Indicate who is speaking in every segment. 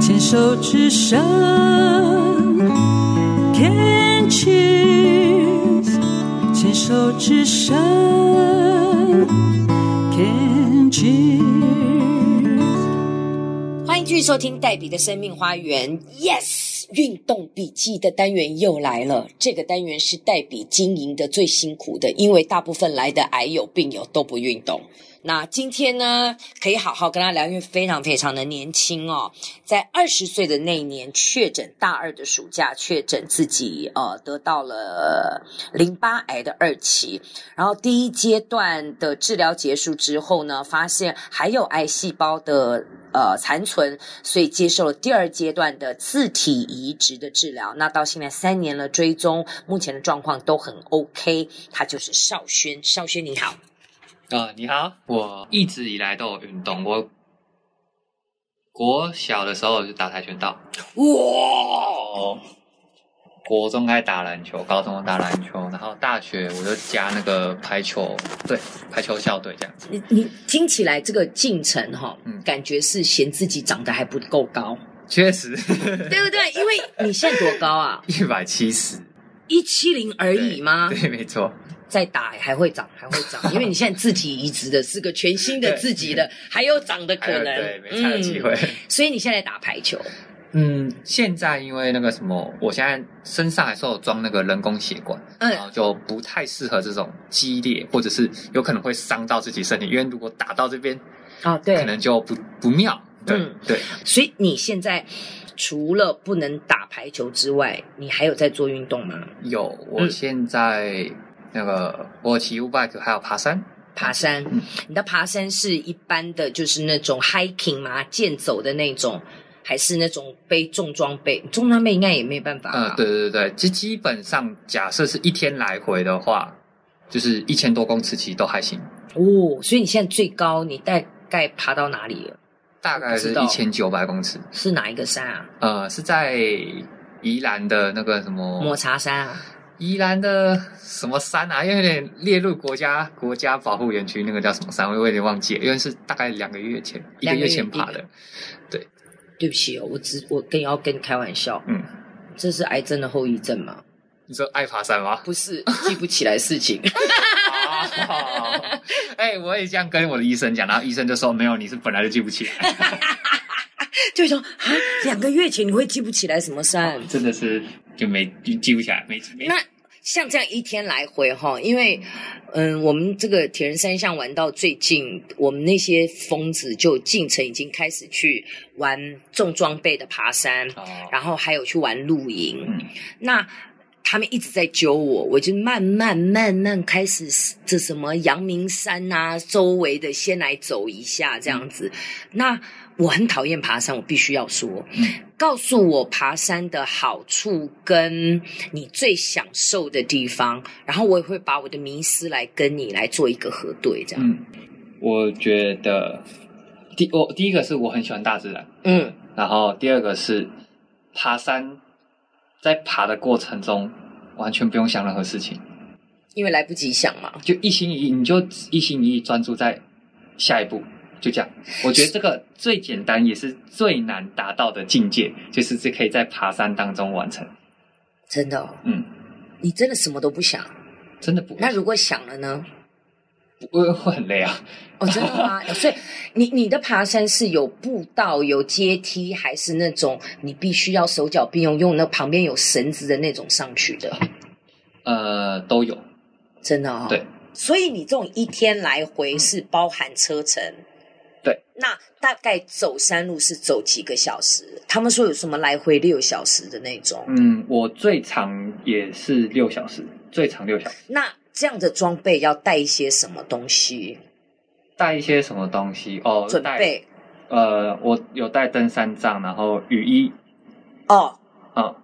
Speaker 1: 牵手之声，Can cheers，牵手之声，Can cheers。
Speaker 2: 欢迎继续收听黛比的生命花园。Yes，运动笔记的单元又来了。这个单元是黛比经营的最辛苦的，因为大部分来的癌友、病友都不运动。那今天呢，可以好好跟他聊，因为非常非常的年轻哦，在二十岁的那一年确诊，大二的暑假确诊自己呃得到了淋巴癌的二期，然后第一阶段的治疗结束之后呢，发现还有癌细胞的呃残存，所以接受了第二阶段的自体移植的治疗。那到现在三年了，追踪目前的状况都很 OK。他就是邵轩，邵轩你好，
Speaker 3: 呃，你好，我一直以来都有运动。我国小的时候就打跆拳道，
Speaker 2: 哇，
Speaker 3: 哦，国中开始打篮球，高中打篮球，然后大学我就加那个排球队，排球校队这样子。
Speaker 2: 你你听起来这个进程哈、
Speaker 3: 嗯
Speaker 2: 感觉是嫌自己长得还不够 高，
Speaker 3: 确实，
Speaker 2: 对不对？因为你现在多高啊？
Speaker 3: 一百七十
Speaker 2: 一七零而已吗？
Speaker 3: 对，没错，
Speaker 2: 再打还会长，还会 长，因为你现在自体移植的是个全新的自己的，还有长的可
Speaker 3: 还有
Speaker 2: 能，
Speaker 3: 哎对，没差有机会。
Speaker 2: 嗯。所以你现在打排球，
Speaker 3: 嗯，现在因为那个什么，我现在身上还是有装那个人工血管，然
Speaker 2: 嗯，
Speaker 3: 后就不太适合这种激烈，或者是有可能会伤到自己身体，因为如果打到这边，
Speaker 2: 哦
Speaker 3: 可
Speaker 2: 对，
Speaker 3: 能就不不妙。对、
Speaker 2: 嗯
Speaker 3: 对，
Speaker 2: 所以你现在除了不能打排球之外，你还有在做运动吗？
Speaker 3: 有我
Speaker 2: 嗯
Speaker 3: 现在那个我骑 U bike 还有爬山，
Speaker 2: 爬山，
Speaker 3: 嗯
Speaker 2: 你的爬山是一般的，就是那种 hiking 吗？健走的那种，还是那种背重装备？重装备应该也没办法吧？
Speaker 3: 呃，对对对，基基本上假设是一天来回的话，就是一千多公尺骑都还行，
Speaker 2: 哦，所以你现在最高你大概爬到哪里了？
Speaker 3: 大概
Speaker 2: 知
Speaker 3: 是
Speaker 2: 道
Speaker 3: 一千九百公尺，
Speaker 2: 是哪一个山啊？
Speaker 3: 呃，是在宜兰的那个什么
Speaker 2: 抹茶山啊？
Speaker 3: 宜兰的什么山啊？因为有点列入国家国家保护园区，那个叫什么山？我有点忘记了，因为是大概两个月前，一
Speaker 2: 两
Speaker 3: 个
Speaker 2: 个月
Speaker 3: 月前爬
Speaker 2: 一
Speaker 3: 的。
Speaker 2: 对不起哦，我只我跟要跟你开玩笑，
Speaker 3: 嗯，
Speaker 2: 这是癌症的后遗症吗？
Speaker 3: 你说爱爬 山吗？
Speaker 2: 不是，记不起来事 情。
Speaker 3: 哦哎、我也这样跟我的医生讲，然后医生就说没有，你是本来就记不起来，
Speaker 2: 就说啊，两个月前你会记不起来什么山？
Speaker 3: 真的是就没就记不起来，没没。
Speaker 2: 哦那像这样一天来回哈，因为嗯，我们这个铁人三项玩到最近，我们那些疯子就进城已经开始去玩重装备的爬山，
Speaker 3: 哦，
Speaker 2: 然后还有去玩露营。
Speaker 3: 嗯
Speaker 2: 那他们一直在揪我，我就慢慢慢慢开始这什么阳明山啊，周围的先来走一下这样子。那我很讨厌爬山，我必须要说，告诉我爬山的好处跟你最享受的地方，然后我也会把我的迷思来跟你来做一个核对，这样。
Speaker 3: 嗯，我觉得第我第一个是我很喜欢大自然，
Speaker 2: 嗯
Speaker 3: 然后第二个是爬山，在爬的过程中完全不用想任何事情，
Speaker 2: 因为来不及想嘛。
Speaker 3: 就一心一意，你就一心一意专注在下一步，就这样。我觉得这个最简单也是最难达到的境界，就是这可以在爬山当中完成。
Speaker 2: 真的、哦，
Speaker 3: 嗯，
Speaker 2: 你真的什么都不想。
Speaker 3: 真的不会
Speaker 2: 那如果想了呢？
Speaker 3: 不会会很累啊。
Speaker 2: 哦，真的 吗？所以你你的爬山是有步道、有阶梯，还是那种你必须要手脚并用，用那旁边有绳子的那种上去的？
Speaker 3: 呃，都有，
Speaker 2: 真的哦。
Speaker 3: 对。
Speaker 2: 所以你这种一天来回是包含车程。
Speaker 3: 对。
Speaker 2: 那大概走山路是走几个小时？他们说有什么来回六小时的那种？
Speaker 3: 嗯，我最长也是六小时，最长六小时。
Speaker 2: 那这样的装备要带一些什么东西？
Speaker 3: 带一些什么东西？哦，
Speaker 2: 准
Speaker 3: 带
Speaker 2: 备
Speaker 3: 呃，我有带登山杖，然后雨衣，
Speaker 2: 哦，
Speaker 3: 嗯，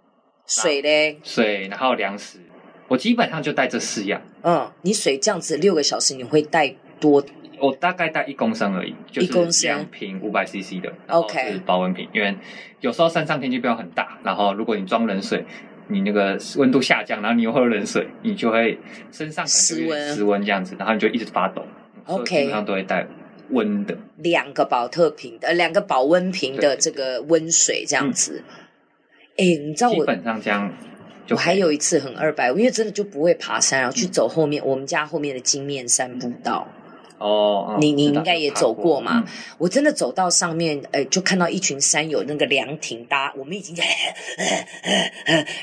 Speaker 2: 水嘞，
Speaker 3: 水，然后粮食。我基本上就带这四样，
Speaker 2: 嗯，你水这样子六个小时，你会带多
Speaker 3: 我大概带一公升而已，就
Speaker 2: 一公
Speaker 3: 是
Speaker 2: 升
Speaker 3: 两瓶五百 CC 的
Speaker 2: OK
Speaker 3: 然后是保温瓶，因为有时候山上天气变化很大，然后如果你装冷水，你那个温度下降，然后你又喝冷水，你就会身上可能就有
Speaker 2: 失
Speaker 3: 点
Speaker 2: 温
Speaker 3: 失温这样子，然后你就一直发抖。所以我基本上都会带温的，
Speaker 2: 两个保特瓶的，呃，两个保温瓶的这个温水这样子。哎、你知道
Speaker 3: 嗯基
Speaker 2: 我
Speaker 3: 本上这样就
Speaker 2: 我
Speaker 3: 可以
Speaker 2: 还有一次很二百，因为真的就不会爬山，然后去走后面、我们家后面的金面山步道。
Speaker 3: 哦，哦
Speaker 2: 你你
Speaker 3: 知道
Speaker 2: 应该也
Speaker 3: 爬
Speaker 2: 走过嘛
Speaker 3: 嗯
Speaker 2: 我真的走到上面，呃，就看到一群山友那个凉亭搭，我们已经在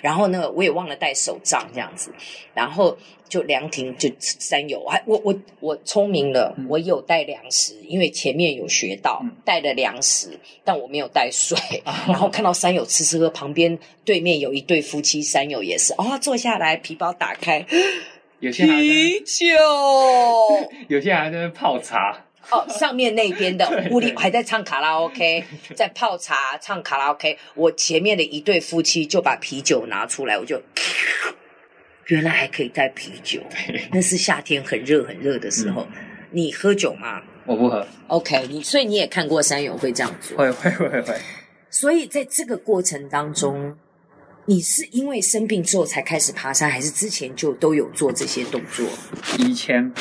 Speaker 2: 然后呢，我也忘了带手杖这样子，然后就凉亭就山友，还我我我聪明了
Speaker 3: 嗯，
Speaker 2: 我有带粮食，因为前面有学到
Speaker 3: 嗯
Speaker 2: 带了粮食，但我没有带 水，
Speaker 3: 啊
Speaker 2: 然后看到山友吃吃喝，旁边对面有一对夫妻，山友也是，哦，坐下来，皮包打 开，
Speaker 3: 有些人还 在
Speaker 2: 啤酒。
Speaker 3: 有些人还在那边泡茶，
Speaker 2: 哦，上面那边的
Speaker 3: 对
Speaker 2: 屋里还在唱卡拉 OK，在泡茶唱卡拉 OK。我前面的一对夫妻就把啤酒拿出来，我就， 原来还可以带啤酒，那是夏天很热很热的时候。
Speaker 3: 嗯
Speaker 2: 你喝酒吗
Speaker 3: 我不喝，
Speaker 2: ？OK，你所以你也看过山友会这样做，
Speaker 3: 会会会会，
Speaker 2: 所以在这个过程当中，你是因为生病之后才开始爬山，还是之前就都有做这些动作？
Speaker 3: 以前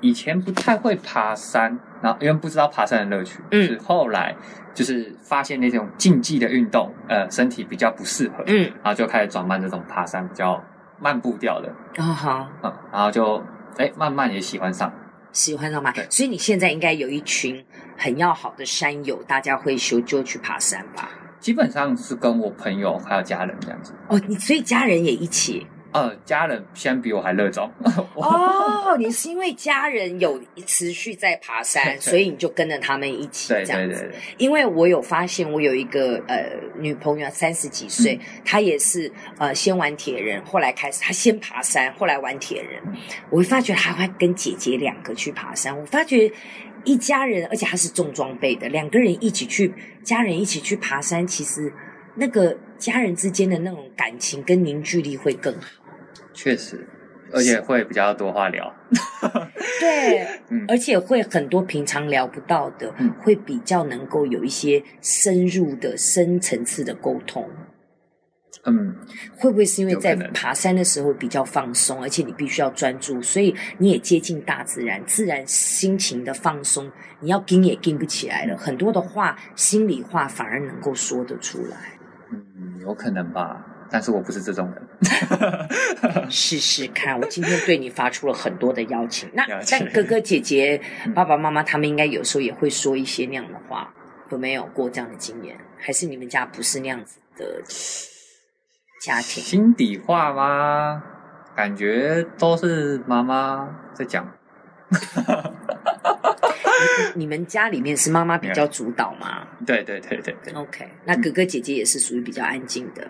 Speaker 3: 以前不太会爬山，然后因为不知道爬山的乐趣，
Speaker 2: 嗯
Speaker 3: 是后来就是发现那种竞技的运动，呃，身体比较不适合，
Speaker 2: 嗯，
Speaker 3: 然后就开始转慢这种爬山比较慢步调的，
Speaker 2: 哦好，
Speaker 3: 嗯，然后就哎慢慢也喜欢上，
Speaker 2: 喜欢上吗
Speaker 3: 对？
Speaker 2: 所以你现在应该有一群很要好的山友，大家会修就去爬山吧？
Speaker 3: 基本上是跟我朋友还有家人这样子，
Speaker 2: 哦，你所以家人也一起
Speaker 3: 呃，家人先比我还热衷，我
Speaker 2: 哦，你是因为家人有持续在爬
Speaker 3: 对
Speaker 2: 山，
Speaker 3: 对
Speaker 2: 所以你就跟着他们一起
Speaker 3: 对
Speaker 2: 这
Speaker 3: 对
Speaker 2: 样
Speaker 3: 对
Speaker 2: 子。
Speaker 3: 对，
Speaker 2: 因为我有发现，我有一个呃女朋友，三十几岁，她也是呃先玩铁人，后来开始她先爬山，后来玩铁人
Speaker 3: 嗯。
Speaker 2: 我发觉她会跟姐姐两个去爬山，我发觉一家人，而且她是重装备的，两个人一起去，家人一起去爬山，其实那个家人之间的那种感情跟凝聚力会更好。
Speaker 3: 确实，而且会比较多话聊，
Speaker 2: 对，
Speaker 3: 嗯
Speaker 2: 而且会很多平常聊不到的，
Speaker 3: 嗯
Speaker 2: 会比较能够有一些深入的、深层次的沟通。
Speaker 3: 嗯。
Speaker 2: 会不会是因为
Speaker 3: 有可
Speaker 2: 在
Speaker 3: 能
Speaker 2: 爬山的时候比较放松，而且你必须要专注，所以你也接近大自然，自然心情的放松，你要盯也盯不起来了，
Speaker 3: 嗯
Speaker 2: 很多的话，心里话反而能够说得出来。
Speaker 3: 嗯，有可能吧，但是我不是这种人。嗯
Speaker 2: 试试看，我今天对你发出了很多的邀请。那
Speaker 3: 了解
Speaker 2: 但哥哥姐姐
Speaker 3: 嗯、
Speaker 2: 爸爸妈妈他们应该有时候也会说一些那样的话，有没有过这样的经验？还是你们家不是那样子的家 庭？
Speaker 3: 心底话吗？感觉都是妈妈在讲。
Speaker 2: 你们家里面是妈妈比较主导吗？
Speaker 3: 对对对对对，
Speaker 2: OK，那哥哥姐姐也是属于比较安静的。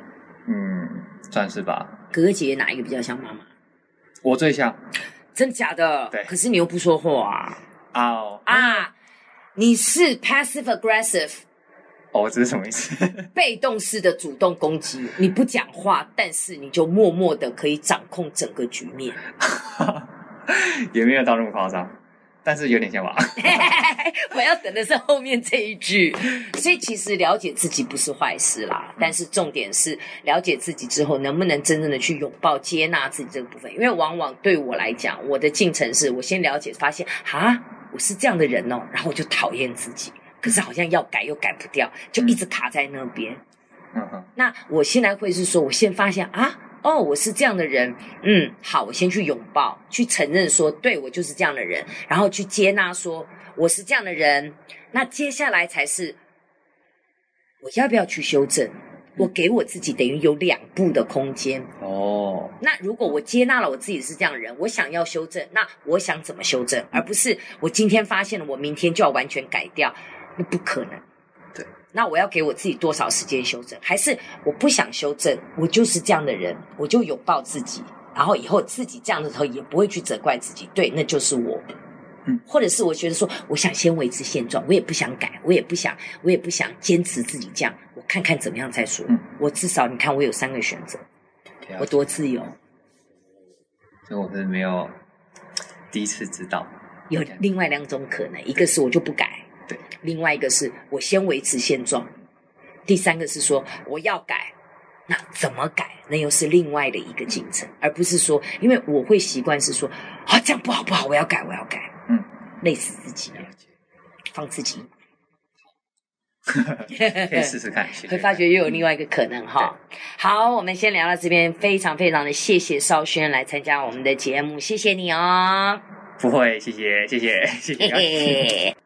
Speaker 3: 嗯，算是吧。
Speaker 2: 哥哥姐姐哪一个比较像妈妈？
Speaker 3: 我最像
Speaker 2: 真假的？
Speaker 3: 对
Speaker 2: 可是你又不说话
Speaker 3: 啊哦
Speaker 2: 啊！啊，你是 passive aggressive，
Speaker 3: 哦，这是什么意思？
Speaker 2: 被动式的主动攻击。你不讲话，但是你就默默的可以掌控整个局面。
Speaker 3: 也没有到那么夸张，但是有点像吧。
Speaker 2: 我要等的是后面这一句。所以其实了解自己不是坏事啦，但是重点是了解自己之后，能不能真正的去拥抱、接纳自己这个部分。因为往往对我来讲，我的进程是我先了解，发现啊，我是这样的人哦，然后我就讨厌自己。可是好像要改又改不掉，就一直卡在那边。
Speaker 3: 嗯哼，
Speaker 2: 那我现在会是说，我先发现啊，哦，我是这样的人，嗯，好，我先去拥抱，去承认说，对我就是这样的人，然后去接纳说我是这样的人。那接下来才是我要不要去修正？我给我自己等于有两步的空间。
Speaker 3: 哦，
Speaker 2: 那如果我接纳了我自己是这样的人，我想要修正，那我想怎么修正，而不是我今天发现了，我明天就要完全改掉，那不可能。
Speaker 3: 对，
Speaker 2: 那我要给我自己多少时间修正？还是我不想修正，我就是这样的人，我就拥抱自己，然后以后自己这样的时候也不会去责怪自己，对，那就是我。
Speaker 3: 嗯，
Speaker 2: 或者是我觉得说，我想先维持现状，我也不想改，我也不想，我也不想坚持自己这样，我看看怎么样再说。
Speaker 3: 嗯
Speaker 2: 我至少你看，我有三个选择，
Speaker 3: 了
Speaker 2: 我
Speaker 3: 解
Speaker 2: 多自由。
Speaker 3: 所以我是没有第一次知道。
Speaker 2: 有另外两种可能，一个是我就不改，
Speaker 3: 对；
Speaker 2: 另外一个是我先维持现状，第三个是说我要改，那怎么改？那又是另外的一个进程，而不是说，因为我会习惯是说啊，这样不好不好，我要改，我要改，
Speaker 3: 嗯，
Speaker 2: 累死自己了。
Speaker 3: 了解，
Speaker 2: 放自己，
Speaker 3: 可以试试看，谢谢
Speaker 2: 会发觉又有另外一个可能哈。好，我们先聊到这边，非常非常的谢谢邵轩来参加我们的节目，谢谢你哦，
Speaker 3: 不会，谢谢，谢谢，谢谢
Speaker 2: 嘿
Speaker 3: 邀请。
Speaker 2: 嘿。